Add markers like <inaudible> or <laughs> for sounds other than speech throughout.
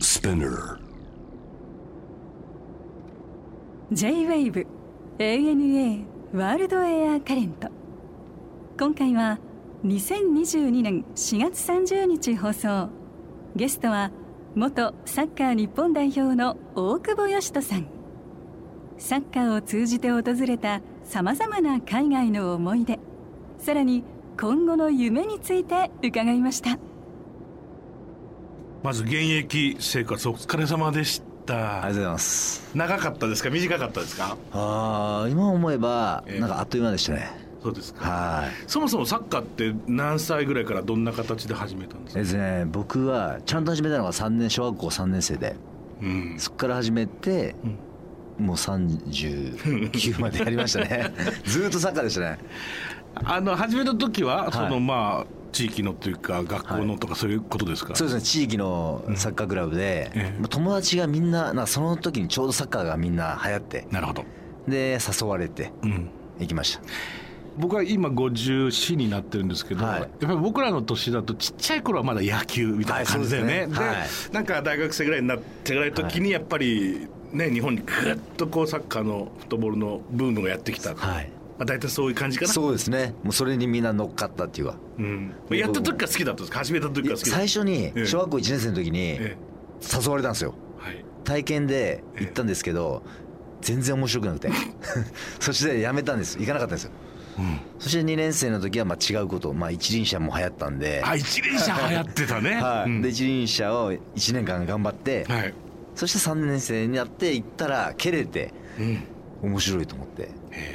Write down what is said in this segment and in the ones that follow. Spinner. J-WAVE ANA ワールドエアカレント今回は2022年4月30日放送ゲストは元サッカー日本代表の大久保嘉人さんサッカーを通じて訪れたさまざまな海外の思い出さらに今後の夢について伺いましたまず現役生活お疲れ様でしたありがとうございます長かったですか短かったですかああ今思えばええなんかあっという間でしたねそうですかはいそもそもサッカーって何歳ぐらいからどんな形で始めたんですか、ですね僕はちゃんと始めたのが3年小学校3年生でうん、そこから始めて、もう39までやりました <laughs> ねずーっとサッカーでしたねあの始めた時は、いそのまあ地域のというか学校のとかそういうことですか、そうですね地域のサッカークラブで、ええまあ友達がみんななんかその時にちょうどサッカーがみんな流行ってなるほど、で誘われてうん、行きました僕は今54になってるんですけど、はいやっぱり僕らの年だとちっちゃい頃はまだ野球みたいな感じだよはね,で、いそうですねはいなんか大学生ぐらいになってぐらいの時にやっぱりね日本にぐっとこうサッカーのフットボールのブームがやってきた、はいまあ、大体そういう感じかなそうですねもうそれにみんな乗っかったっていうかうんまあ、やった時から好きだったんですか始めた時から好きだった最初にええ小学校1年生の時にえ誘われたんですよえはい体験で行ったんですけど、全然面白くな <laughs> くてそしてやめたんです行かなかったんですよそして2年生の時はまあ違うこと、まあ、一輪車も流行ったんで、あ一輪車流行ってたね、はいうんで一輪車を1年間頑張って、はいそして3年生になって行ったら蹴れてうん面白いと思って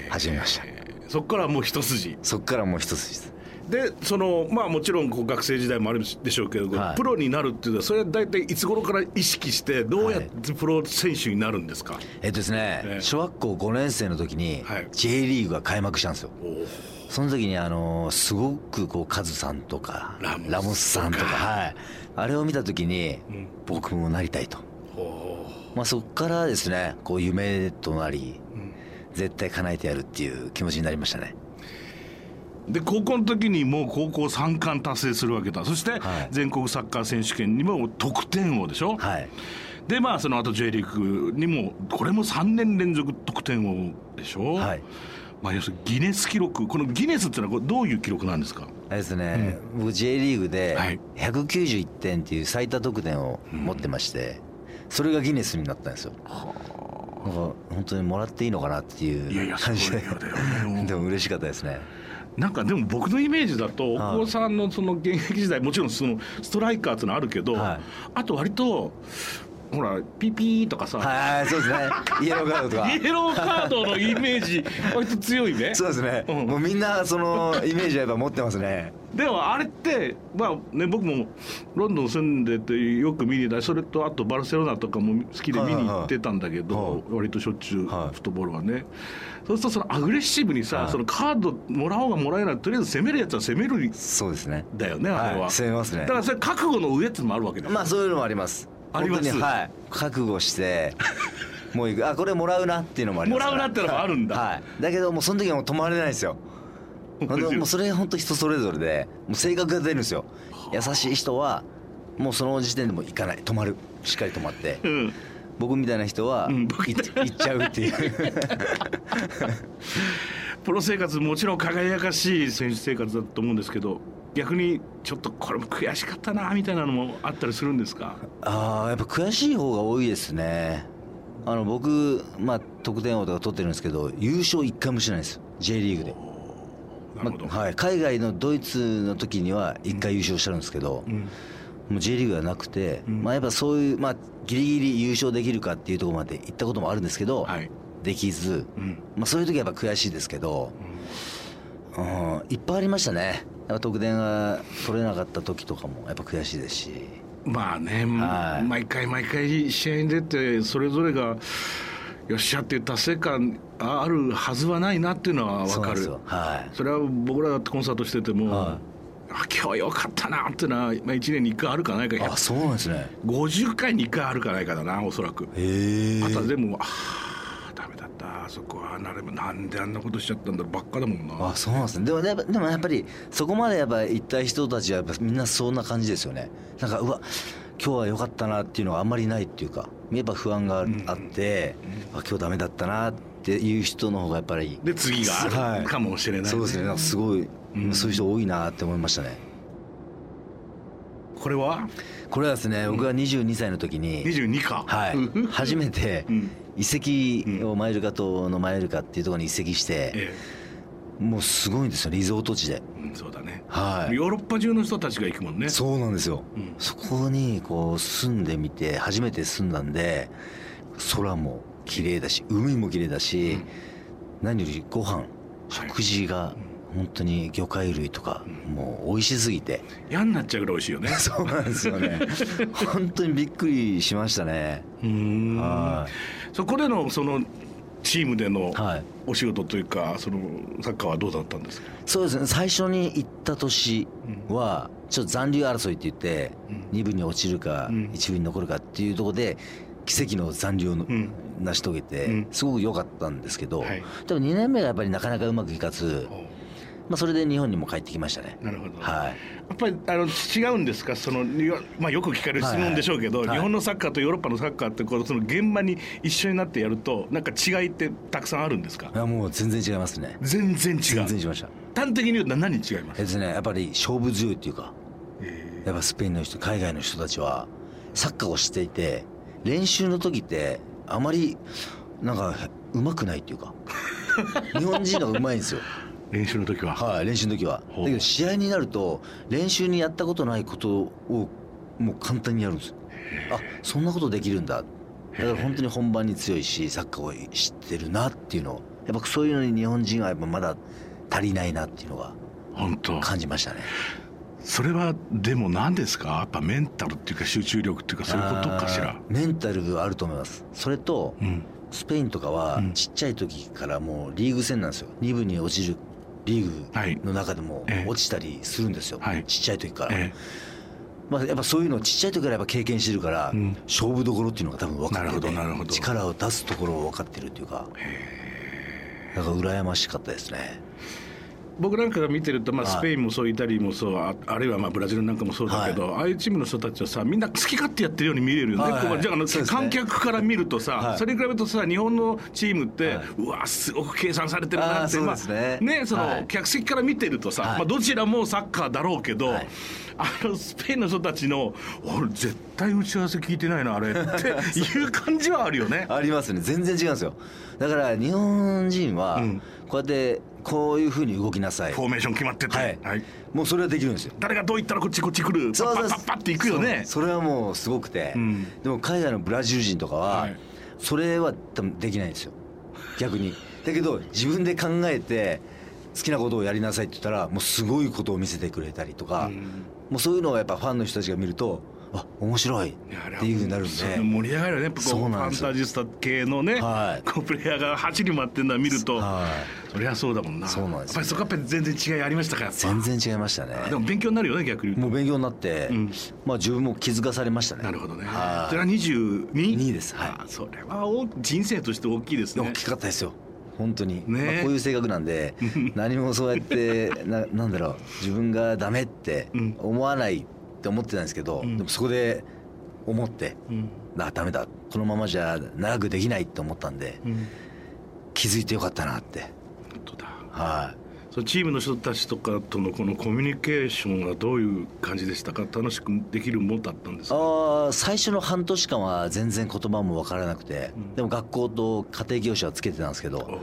始めましたそこからもう一筋そっからもう一筋でですそのまあもちろんこう学生時代もあるでしょうけど、はいプロになるっていうのはそれは大体いつ頃から意識してどうやってプロ選手になるんですか、えっとですね、ええ小学校5年生の時にはい J リーグが開幕したんですよ、おおその時にあのすごくこうカズさんとかラモスモスさんとか、とかはい、あれを見た時にん僕もなりたいと、おまあ、そこからですねこう夢となりーうん絶対叶えてやるっていう気持ちになりましたねで高校の時にもう高校3冠達成するわけだそしてはい全国サッカー選手権にも得点王でしょ、はいでまあその後 J リーグにもこれも3年連続得点王でしょ、はいまあ、要するにギネス記録このギネスってのはこれどういう記録なんですかあれですね、僕 J リーグではい191点っていう最多得点を持ってまして、それがギネスになったんですよなんか本当にもらっていいのかなっていやいいうや感じで <laughs> すごいよねもうでも嬉しかったですねなんかでも僕のイメージだとおはい子さんのその現役時代もちろんそのストライカーっていうのはあるけど、はいあと割とほらピーピーとかさ、はいそう <laughs> ですねイエローカードとかイエローカードのイメー <laughs> ジ割と強いねそうですね、うんもうみんなその <laughs> イメージはやっぱ持ってますねでもあれってまあね僕もロンドン住んでてよく見に行ったそれとあとバルセロナとかも好きで見に行ってたんだけど、はいはいはい割としょっちゅうフはいットボールはね、そうするとそのアグレッシブにさ、はいそのカードもらおうがもらえないとりあえず攻めるやつは攻めるんそうですねだよねあれは、はい攻めますねだからそれ覚悟の上ってのもあるわけだよまあそういうのもありますあります本当にはい覚 <laughs> 悟してもう行くあこれもらうなっていうのもありますからもらうなってのもあるんだはい、だけどもうその時はもう止まれないですよ本当にもうそれ本当人それぞれでもう性格が出るんですよ優しい人はもうその時点でもう行かない止まるしっかり止まってうん僕みたいな人はうん僕い行っちゃうっていうプロ生活もちろん輝かしい選手生活だと思うんですけど逆にちょっとこれも悔しかったなみたいなのもあったりするんですかああやっぱ悔しい方が多いですねあの僕、まあ、得点王とか取ってるんですけど優勝1回もしてないです J リーグで、なるほど、まあはい、海外のドイツの時には1回優勝してるんですけど、うんもう J リーグはなくて、うんまあ、やっぱそういう、まあ、ギリギリ優勝できるかっていうところまで行ったこともあるんですけど、はいできず、うんまあ、そういう時はやっぱ悔しいですけど、うん、いっぱいありましたねやっぱ得点が取れなかった時とかもやっぱ悔しいですしまあね、はい毎回毎回試合に出てそれぞれがよっしゃっていう達成感あるはずはないなっていうのは分そうなかんでるすそよはいれは僕らだってコンサートしてても、はあ今日よかったなっていうのは、まあ、1年に1回あるかないかあそうなんですね50回に1回あるかないかだなおそらくへえあとはでもあーダメだったあそこはなればなんであんなことしちゃったんだろうばっかだもんなあそうなんですねでもねやっぱでもやっぱりそこまでやっぱ行った人たちはやっぱみんなそんな感じですよねなんかうわ今日は良かったなっていうのがあんまりないっていうかやっぱ不安がんあって、あ今日ダメだったなっていう人の方がやっぱりで次があはいるかもしれない、そうですねなんかすごい、うんそういう人多いなって思いましたねこれはこれはですね僕が22歳の時に、 22かはい初めてうん遺跡をマイルカ島のマイルカっていうところに移籍して、えもうすごいんですよリゾート地でえうんそうだね、はいヨーロッパ中の人たちが行くもんねそうなんですよ、うんそこにこう住んでみて初めて住んだんで空も綺麗だし海も綺麗だし、何よりご飯食事が本当に魚介類とかもう美味しすぎて、嫌になっちゃうぐらい美味しいよね <laughs> そうなんですよね本当にびっくりしましたねうーんはいそこでのそのチームでのはいお仕事というかそのサッカーはどうだったんですかそうですね最初に行った年はちょっと残留争いって言ってうん2部に落ちるかうん1部に残るかっていうところで奇跡の残留をのん成し遂げうてんすごく良かったんですけどはいでも2年目がやっぱりなかなかうまくいかずおうまあそれで日本にも帰ってきましたねなるほど、はいやっぱりあの違うんですかその、よまあ、よく聞かれる質問でしょうけど、はいはい日本のサッカーとヨーロッパのサッカーってこうその現場に一緒になってやるとなんか違いってたくさんあるんですかいやもう全然違いますね全然違う全然違いました端的に言うと何違いまえっすとですねやっぱり勝負強いっていうかえやっぱスペインの人海外の人たちはサッカーをしていて練習の時ってあまりなんかうまくないってい <laughs> うか日本人の方がうまいんですよー練習の時は、はい練習の時はほうだけど試合になると練習にやったことないことをもう簡単にやるんですよあそんなことできるんだだから本当に本番に強いしサッカーを知ってるなっていうのをやっぱそういうのに日本人はやっぱまだ足りないなっていうのが本当感じましたねそれはでも何ですかやっぱメンタルっていうか集中力っていうかそういうことかしあらーメンタルはあると思いますそれとうんスペインとかはうんちっちゃい時からもうリーグ戦なんですよ2部に落ちるリはいーグの中でもええ落ちたりするんですよ、はいちっちゃい時から、えまあ、やっぱそういうのをちっちゃい時からやっぱ経験してるから、うん勝負どころっていうのが多分分かなっててるほどなるほど力を出すところを分かってるっていうかだから羨ましかったですね僕なんかが見てると、まあ、はいスペインもそうイタリアもそうああるいはまあブラジルなんかもそうだけど、ああいうチームの人たちはさみんな好き勝手やってるように見えるよね、はいこうじゃああの、そうですね観客から見るとさ、はいそれに比べるとさ日本のチームって、はいうわすごく計算されてるなってあーそうですねまあ、ねその、はい客席から見てるとさ、はいまあ、どちらもサッカーだろうけど、はいあのスペインの人たちの俺絶対打ち合わせ聞いてないなあれって <laughs> いう感じはあるよね。ありますね全然違うんですよだから日本人はうんこうやってこういうふうに動きなさい、フォーメーション決まってて、はいもうそれはできるんですよ誰がどう言ったらこっちこっち来るパそうッパそうッパッパッっていくよね。そうそれはもうすごくて、うんでも海外のブラジル人とかは、はいそれは多分できないんですよ逆にだけど自分で考えて好きなことをやりなさいって言ったらもうすごいことを見せてくれたりとか、もうそういうのをやっぱファンの人たちが見るとあ面白いっやあれはていうふうになるんでその盛り上がるよねやっぱこうそうフなんァでンすよタジスタ系のね、はいこうプレイヤーが走り回ってるのは見ると、はいそりゃそうだもんなそうなんですやっぱよりそこはやっぱり全然違いありましたからやっぱ全然違いましたねでも勉強になるよね逆にもう勉強になって、んまあ自分も気づかされましたねなるほどねはいそれは 22? 二ですはいあそれは大人生として大きいですね大きかったですよ本当に、ねえまあこういう性格なんで何もそうやってななんだろう自分がダメってうん思わないって思ってたんですけど、んでもそこで思って、うんあダメだこのままじゃ長くできないって思ったんで、うん気づいてよかったなって本当だはそのチームの人たちとかとのこのコミュニケーションはどういう感じでしたか楽しくできるもんだったんですい、あかー最初の半年間は全然言葉も分からなくて、でも学校と家庭教師はつけてたんですけど、おう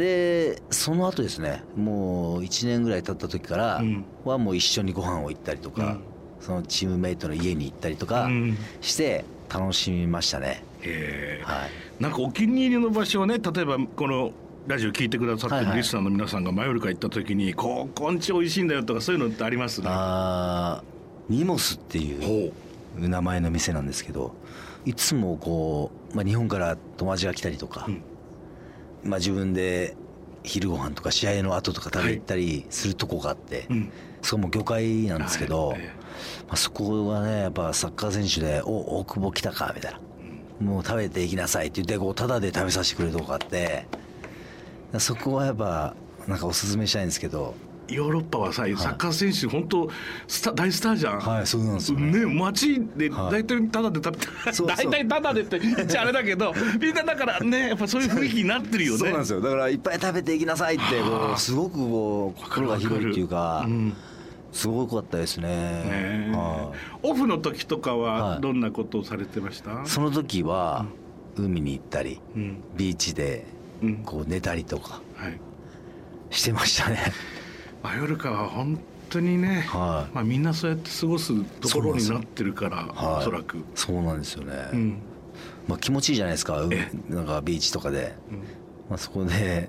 でその後ですねもう1年ぐらい経った時からうんはもう一緒にご飯を行ったりとか、うんそのチームメイトの家に行ったりとかうんして楽しみましたね、えーはいなんかお気に入りの場所をね例えばこのラジオ聞いてくださっはているはいリスナーの皆さんがマヨルカ行った時に「こうこんち美味しいんだよ」とかそういうのってありますね。あーニモスっていほう名前の店なんですけどいつもこう、まあ、日本から友達が来たりとか、うんまあ、自分で昼ご飯とか試合の後とか食べ行ったりするとこがあって、う、うん、そこも魚介なんですけど、はいえまあ、そこがねやっぱサッカー選手で「お大久保来たか」みたいな「もう食べていきなさい」って言ってこうタダで食べさせてくれるとこがあってそこはやっぱなんかおすすめしたいんですけどヨーロッパはさ、サッカー選手本当スタ大スターじゃん。はいそうなんですよねね街ではい大体タダで食べて、そうそう大体タダでって言っちゃあれだけどみんなだからねやっぱそういう雰囲気になってるよねそうなんですよだからいっぱい食べていきなさいってこうすごくこう心が広いっていうかうんすごかったですねねえはいオフの時とかははいどんなことをされてました、その時は海に行ったりうんビーチでうんこう寝たりとかはい、してましたねマヨルカは本当にね、はいまあ、みんなそうやって過ごすところになそうなんですよってるからはいおそらく、そうなんですよね、うんまあ、気持ちいいじゃないですかうえなんかビーチとかで、うんまあ、そこで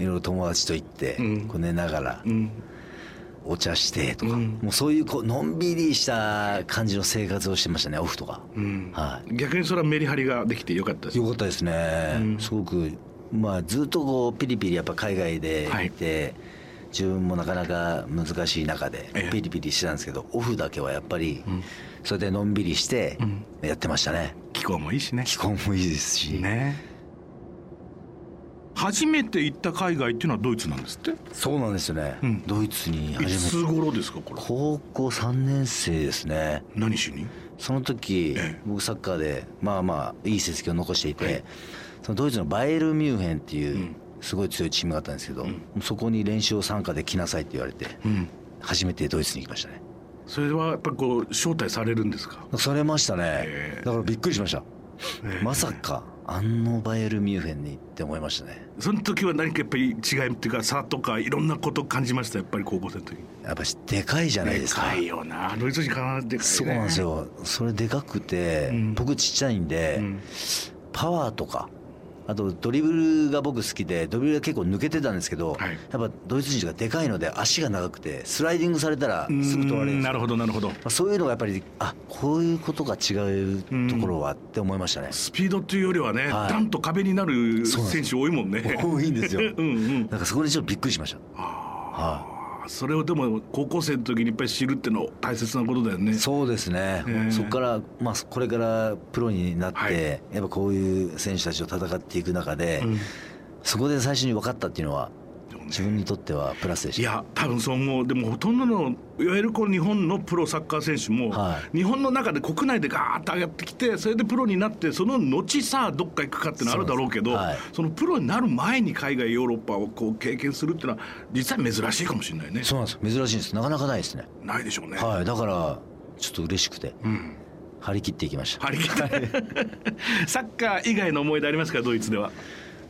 いろいろ友達と行って、うんこう寝ながらうん、お茶してとか、うんもうそういうこうのんびりした感じの生活をしてましたねオフとかうんは逆にそれはメリハリができてよかったですよかったですね、うんすごくまあずっとこうピリピリやっぱ海外でいて、自分もなかなか難しい中でええピリピリしてたんですけどオフだけはやっぱり、んそれでのんびりしてうんやってましたね、気候もいいしね気候もいいですし、ね初めて行った海外っていうのはドイツなんですってそうなんですよね、うんドイツにいつ初めて頃ですかこれ高校3年生ですね何しにその時ええ僕サッカーでまあまあいい成績を残していて、そのドイツのバイエルンミュンヘンってういうんすごい強いチームがあったんですけど、そこに練習を参加で来なさいって言われてうん初めてドイツに行きましたねそれはやっぱりこう招待されるんですかされましたね、ええだからびっくりしました、ええまさかあのバイエルンミュンヘンにって思いましたねその時は何かやっぱり違いっていうか差とかいろんなこと感じましたやっぱり高校生の時やっぱしでかいじゃないでですかかいよなドイツ人かなでかいねそうなんですよそれでかくて、うん僕ちっちゃいんで、うんパワーとかあとドリブルが僕好きでドリブルが結構抜けてたんですけど、はいやっぱドイツ人がでかいので足が長くてスライディングされたらすぐ取られるんうんですなよるほどなるほどまあそういうのがやっぱりあこういうことが違うところはって思いましたね、スピードっていうよりはね、はいダンと壁になるそうなん選で手多いもんね多いんですよ <laughs> うんうんなんかそこにちょっとびっくりしましたはあそれをでも高校生の時にいっぱい知るっての大切なことだよねいそうですね、ええそこから、まあ、これからプロになって、はいやっぱこういう選手たちと戦っていく中で、うんそこで最初に分かったっていうのはでもね自分にとってはプラスでしいたや多分そう思うでもほとんどのいわゆるこう日本のプロサッカー選手も、は日本の中で国内でガーッと上がってきてそれでプロになってその後さあどっか行くかってのあるだろうけどそそうなんですのプロになる前に海外ヨーロッパをこう経験するってのは実は珍しいかもしれないねそうなんです珍しいんですなかなかないですねないでしょうね、はい、だからちょっと嬉しくてうん、張り切っていきました。張り切って <laughs> サッカー以外の思い出ありますかドイツでは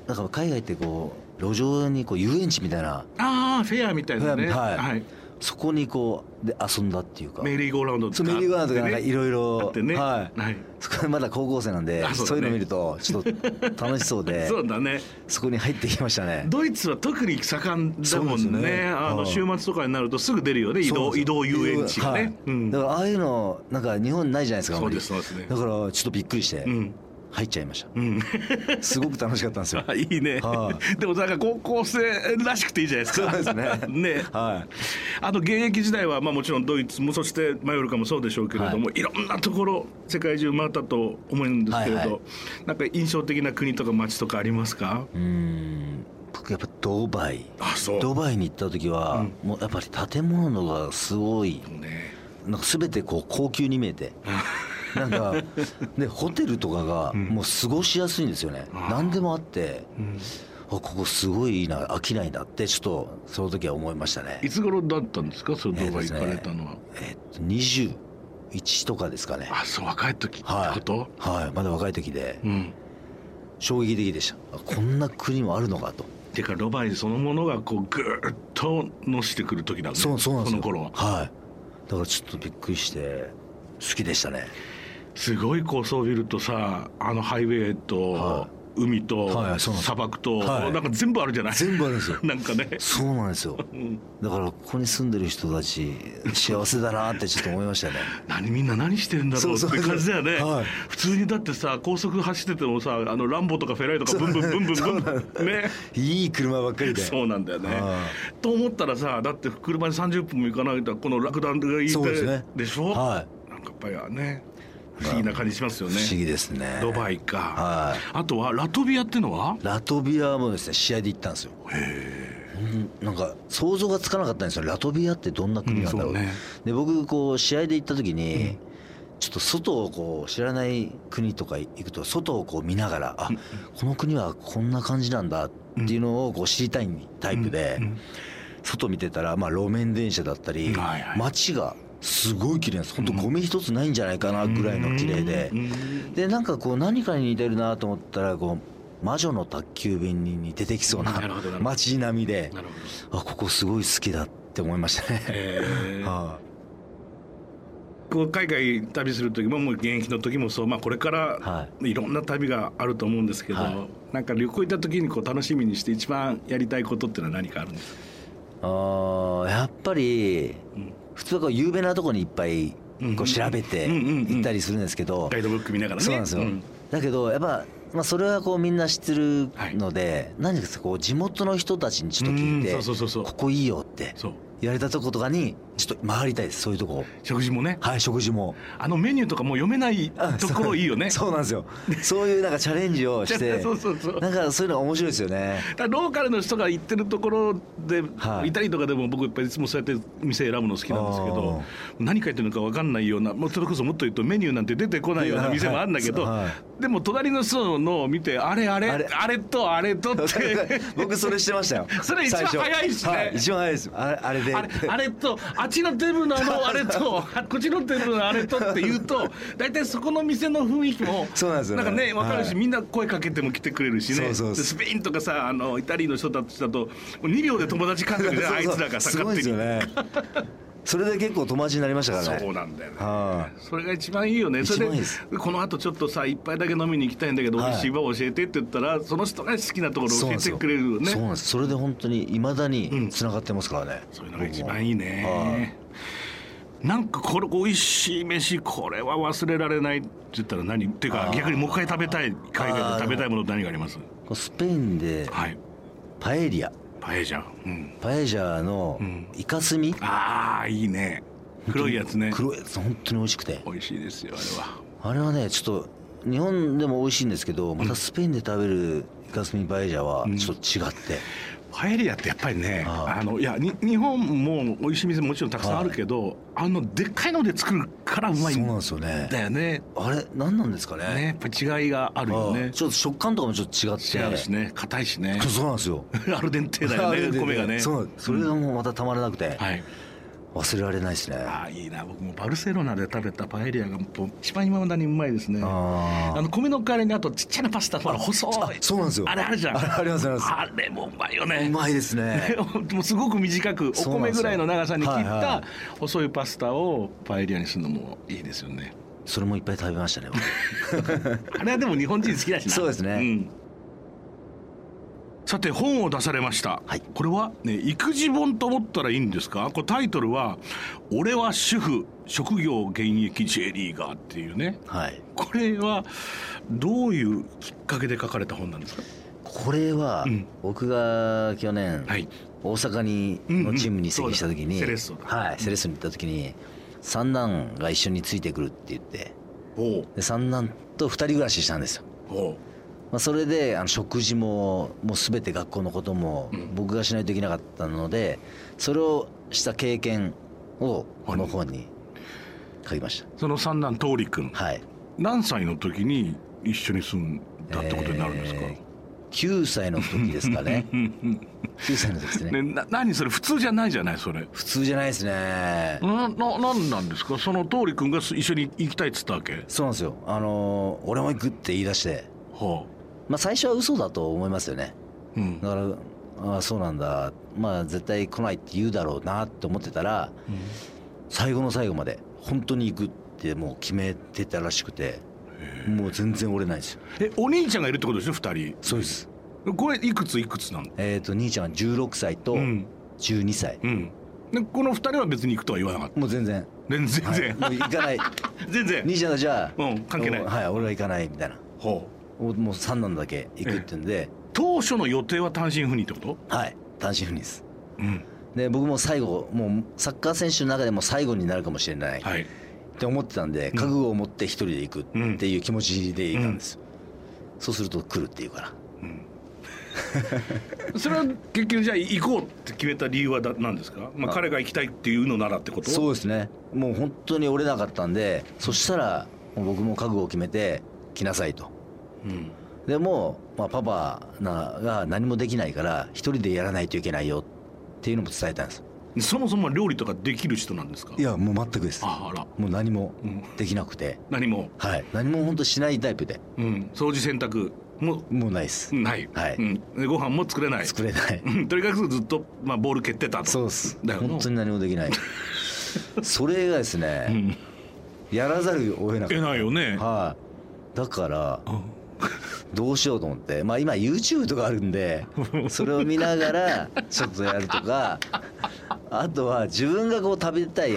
だから海外ってこう路上にこう遊園地みたいな、ああフェアみたいなねはいそこにこうで遊んだっていうか、メリーゴーラウンドとそかうメリーゴーラウンドとかなんかいろいあろってねははいい、そこはまだ高校生なんであ、そうだねそういうの見るとちょっと楽しそう <laughs> で、そうだねそこに入ってきましたね。ドイツは特に盛んだもそうんでねすねあのはい週末とかになるとすぐ出るよね移動移動遊園地がね、はいうんだからああいうのなんか日本にないじゃないですか。あんまりそうですそうですねだからちょっとびっくりしてうん入っちゃいました。うん <laughs> すごく楽しかったんです <laughs> よ。あいいね、はでもなんか高校生らしくていいじゃないですそうか。ですねねはい。あの現役時代はまあもちろんドイツもそしてマヨルカもそうでしょうけれども、い、ろんなところ世界中回ったと思うんですけれど、はいはいなんか印象的な国とか街とかありますかうーん僕やっぱドバイあそうドバイに行った時は、もうやっぱり建物がすごいねなんか全てこう高級に見えてなんかでホテルとかがもう過ごしやすいんですよね、あー何でもあってうんあここすごいいいな飽きないなってちょっとその時は思いましたねいつ頃だったんですかそのドバイえーです行ねかれたのは、えっと21とかですかねあそう若い時ってはこと、い、はい、まだ若い時でうん衝撃的でしたあこんな国もあるのかとてかドバイそのものがこうぐーっとのしてくる時だねそうそうなんですそのよ頃ははいだからちょっとびっくりして好きでしたねすごい高層ビルとさあのハイウェイと、は海と、はいそうなんです砂漠と、はいなんか全部あるじゃない全部あるんです <laughs> よなんかねそうなんですよん <laughs> だからここに住んでる人たち幸せだなってちょっと思いましたね何みんな何してるんだろうってそうそうそう感じだよね、はい普通にだってさ高速走っててもさあのランボとかフェラーリとかブンブンブン <laughs> ブンブンブンね <laughs> いい車ばっかりでそうなんだよねはと思ったらさだって車で30分も行かないとこの落胆がいそうてですねでしょ、はなんかやっぱりね不思議な感じしますよいね不思議ですねドバイか、はいあとはラトビアっていうのはラトビアもですね試合で行ったんですよ本なんか想像がつかなかったんですよラトビアってどんな国なんだろうう,、んそうねで僕こう試合で行った時に、ちょっと外をこう知らない国とか行くと外をこう見ながらあ、この国はこんな感じなんだっていうのをこう知りたいタイプで、うんうん外見てたらまあ路面電車だったり、はいはい街がすごい綺麗なんです本当ゴミ一つないんじゃないかなぐらいの綺麗で、うんでなんかこう何かに似てるなと思ったらこう魔女の宅急便に似ててきそうななるほどなるほど街並みでなるほどあここすごい好きだって思いましたね。えー <laughs> はこう海外旅する時ももう現役の時もそう、まあ、これかはらいろんな旅があると思うんですけど、はなんか旅行行った時にこう楽しみにして一番やりたいことっていうのは何かあるんですか、いあーやっぱりうん普通はこう有名なとこにいっぱいうんこう調べてうんうんうん行ったりするんですけど、ガイドブック見ながらねそうなんですよ、うんだけどやっぱ、まあ、それはこうみんな知ってるので、何ですかこう地元の人たちにちょっと聞いて、うんそうそうそうそうここいいよってそう言われたとことかにちょっと回りたいですそういうとこ食事もねはい食事もあのメニューとかもう読めないあところいいよね <laughs> そうそうなんですよそういうなんかチャレンジをし <laughs> てそうそうそうなんかそういうのが面白いです <laughs> よねだからローカルの人が行ってるところで、はいい、たりとかでも僕やっぱりいつもそうやって店選ぶの好きなんですけど何書いてるのか分かんないようなもうそれこそもっと言うとメニューなんて出てこないような店もあるんだけど、はいはでも隣の人のを見てあれあれああれれとあれと <laughs> って僕それしてましたよそれ一番最初早いっすねは一番早いですあれあれであれあれとあっちのテーブルのあ <laughs> のあれとあこっちのテーブルのあれとって言うと大体そこの店の雰囲気もそうなんですよねかね分かるし、はいみんな声かけても来てくれるしねそうそうそうでスペインとかさあのイタリーの人たちだともう2秒で友達感そう覚 <laughs> そうで <laughs> あいつらがすさご勝いで手すよに。ねそれで結構友達になりましたからねそうなんだよねはそれが一番いいよねそれ一番いいですこのあとちょっとさ一杯だけ飲みに行きたいんだけど、はい美味しい場教えてって言ったらその人が好きなとこいろそうをな教えんですてよくれるよねそうなんですそれで本当にいまだうにんつながってますからね、そういうのが一番いいはいね。なんかこれ美味しい飯これは忘れられないって言ったら何っていうか逆にもう一回食べたい海外で食べたいものって何がありますこうスペインではいパエリアパエジャ、うん、パエジャーのうんイカスミ、ああいいね黒いやつね黒いやつ本当に美味しくて美味しいですよあれはあれはねちょっと日本でも美味しいんですけどまたスペインで食べるイカスミパエジャーはちょっと違って、パエリアってやっぱりねああのいやに日本も美味しい店もちろんたくさんあるけど、あのでっかいので作るからうまいそうんなんですよねだよねあれ何なんですかねねやっぱ違いがあるよああねちょっと食感とかもちょっと違って違うしね硬いしねそうそうなんですよ <laughs> アルデンテだよあれねで米がねそうそれがもうまたたまらなくて、はい忘れられないですねああいいな僕もバルセロナで食べたパエリアがもう一番今までにうまいですねあーあの米の代わりにあとちっちゃなパスタほら細いあそうなんですよあれあるじゃんあれありますありますあれもうまいよね <laughs> うまいですねもうすごく短くおそうなんで米すよぐらいの長さに切っはいはた細いパスタをパエリアにするのもいいですよねそれもいっぱい食べましたね <laughs> 僕あれはでも日本人好きだしなそうですねんさて本を出されました、はいこれは、ね、育児本と思ったらいいんですかこれタイトルは「俺は主婦職業現役 J リーガー」っていうねはいこれはどういうきっかけで書かれた本なんですかこれはうん僕が去年はい大阪にうんうのんチームに移籍した時にそうだセレッソだはいセレッソに行った時に三男が一緒についてくるって言ってほうで三男と二人暮らししたんですよほまあ、それであの食事ももう全て学校のこともうん僕がしないといけなかったのでそれをした経験をこの本に書きましうその三男桃李君たはい何歳の時に一緒に住んだってことになるんですか、えー9歳の時です <laughs> かね9歳の時ですね、ねな何それ普通じゃないじゃないそれ普通じゃないですねなななんなんですかその桃李君が一緒に行きたいっつったわけそうなんですよあのー俺も行くって言い出してはまあ最初は嘘だと思いますよねあうんだからああそうなんだまあ絶対来ないって言うだろうなって思ってたら最後の最後まで本当に行くってもう決めてたらしくてもう全然折れないですよえお兄ちゃんがいるってことでしょ2そうです人これいくついくつなのえっ、と兄ちゃんは16歳とうん12歳、うんでこの2人は別に行くとは言わなかったもう全然全然、はいもう行かない <laughs> 全然兄ちゃんはじゃあ、うん関係ないもうはい俺は行かないみたいなほおもう三男だけ行くって言うんで、う当初の予定は単身赴任ってことはい単身赴任ですうんで僕も最後もうサッカー選手の中でも最後になるかもしれない、はいって思ってたんで覚悟を持って一人で行くっていう気持ちでいたんですよ、そうすると来るっていうからうんそれは結局じゃあ行こうって決めた理由はだ何ですか、まあ、彼が行きたいっていうのならってことそうですねもう本当に折れなかったんでそしたらもう僕も覚悟を決めて来なさいとうんでも、まあ、パパなが何もできないから一人でやらないといけないよっていうのも伝えたんですそもそも料理とかできる人なんですかいやもう全くですああらもう何もうんできなくて、何も、はい何も本当しないタイプでうん、掃除洗濯ももうないです、ない、はいうん、でご飯も作れない作れないうんとにかくずっと、まあ、ボール蹴ってたとそうですだよな本当に何もでき <laughs> ないそれがですね、んやらざるを得なかえっないよねたはいだからどうしようと思ってまあ今 YouTube とかある <laughs> んでそれを見ながらちょっとやるとかあとは自分がこう食べたい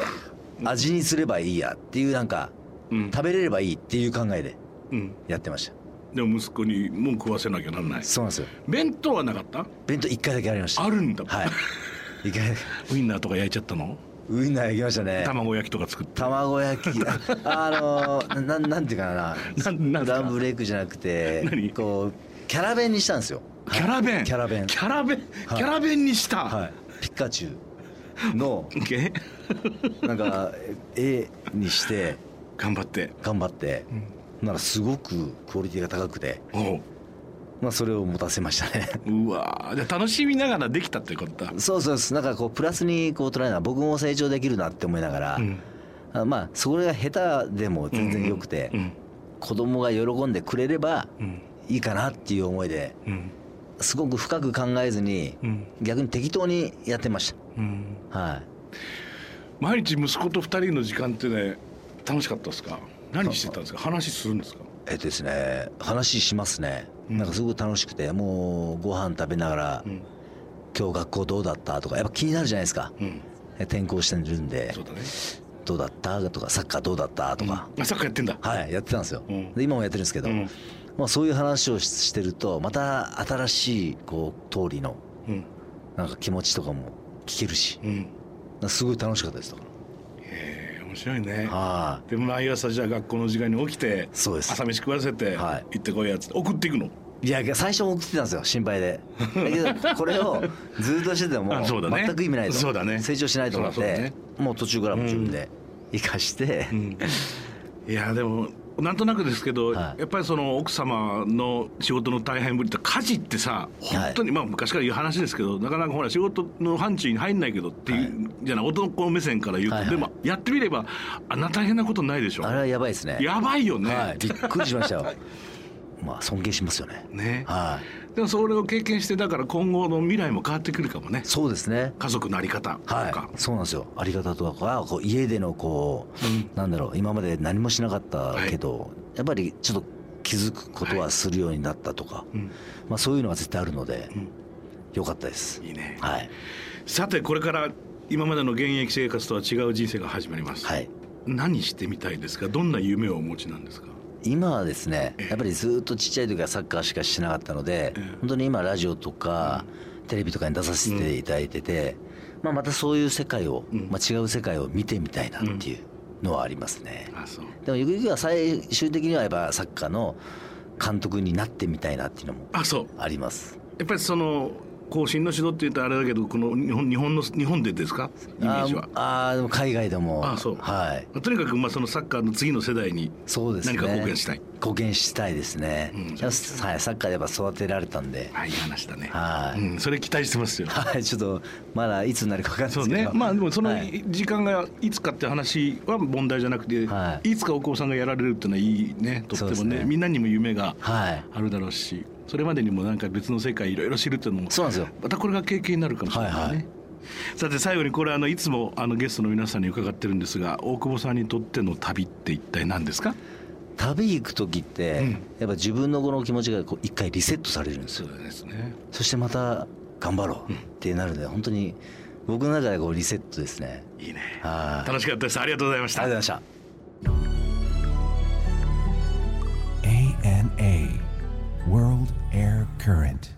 味にすればいいやっていうなんかうん食べれればいいっていう考えでうん、やってましたでも息子にもう食わせなきゃなんないそうなんですよ弁当はなかった弁当1回だけありましたあるんだ、はい1回だけウインナーとか焼いちゃったのウインナー焼きましたね卵焼きとか作って卵焼きあのななんていうかなななんですかランブレイクじゃなくて何こうキャラ弁にしたんですよキャラ弁キャラ弁キャラ弁はいキャラ弁にした、はいピカチュウのえなんか絵にして頑張って頑張ってならすごくクオリティが高くておうまあそれを持たせましたねうわーじゃあ楽しみながらできたってことだ、 <laughs> そうそうですなんかこうプラスにこう捉えな僕も成長できるなって思いながら、うんあまあそれが下手でも全然良くて、うん子供が喜んでくれればうんいいかなっていう思いでうんすごく深く考えずにうん逆に適当にやってましうんたはい毎日息子と二人の時間ってね楽しかったですか何してたんですか話するんですかえっとですね話しますね、うんなんかすごく楽しくてもうご飯食べながら、うん今日学校どうだったとかやっぱ気になるじゃないですかうん転校してるんでそうだねどうだったとかサッカーどうだったとか、うんあサッカーやってんだはいやってたんですよ、うんで今もやってるんですけど、うんまあ、そういう話をししてるとまた新しいこう通りのうんなんか気持ちとかも聞けるしうんなんかすごい楽しかったですとかへえ面白いねはで毎朝じゃあ学校の時間に起きてそうです朝飯食わせてはい行ってこいやつって送っていくのいいや最初送ってたんですよ心配でだけどこれをずっとしててもあそうだね全く意味ないとそうだね成長しないと思っそうだそうだてねもう途中からも自分で生かして、いやでもなんとなくですけど、はいやっぱりその奥様の仕事の大変ぶりと家事ってさ本当に、まあ昔から言う話ですけどなかなかほら仕事の範疇に入んないけどっていう、じゃない男目線から言うと、はいはいでもやってみればあんな大変なことないでしょあれはやばいですねやばいよね、はい、びっくりしましたよ <laughs> まあ尊敬しますよねねはいでもそれを経験してだから今後の未来も変わってくるかもねそうですね家族のあり方とか、はいそうなんですよありがたとかこう家でのこうなんだろう今まで何もしなかったけどやっぱりちょっと気づくことはするようになったとかんまあそういうのは絶対あるのでよかったですいいねはいさてこれから今までの現役生活とは違う人生が始まります、はい何してみたいですかどんな夢をお持ちなんですか今はですねやっぱりずっとちっちゃい時はサッカーしかしてなかったので本当に今ラジオとかテレビとかに出させていただいてて、まあ、またそういう世界を、まあ、違う世界を見てみたいなっていうのはありますね、あそうでもゆくゆくは最終的にはやっぱサッカーの監督になってみたいなっていうのもあそうありますやっぱりその後進の指導って言うとあれだけどこの日本日本の日本でですかイメージはあーあーでも海外でもあそうはいとにかくまあそのサッカーの次の世代にそうですね何か貢献したい貢献したいですね、うんやっぱはい、サッカーでやっぱ育てられたんであいい話だねはいうん、それ期待してますよはい、ちょっとまだいつになるか分かんないでそうすけねどまあでもそのはい時間がいつかって話は問題じゃなくて、、はいつかお子さんがやられるっていうのはいいねとってそうでもすねねみんなにも夢がはいあるだろうしそれまでにもなんか別の世界いろいろ知るっていうのもそうなんですよまたこれが経験になるかもしれないね、はいはいさて最後にこれあのいつもあのゲストの皆さんに伺ってるんですが大久保さんにとっての旅って一体何ですか旅行く時って、うんやっぱ自分のこの気持ちがこう一回リセットされるんですようですねそしてまた頑張ろうってなるので本当に僕の中でこうリセットですねいいねはいありがとう楽しかったですありがとうございましごたざいました ANA World Air Current.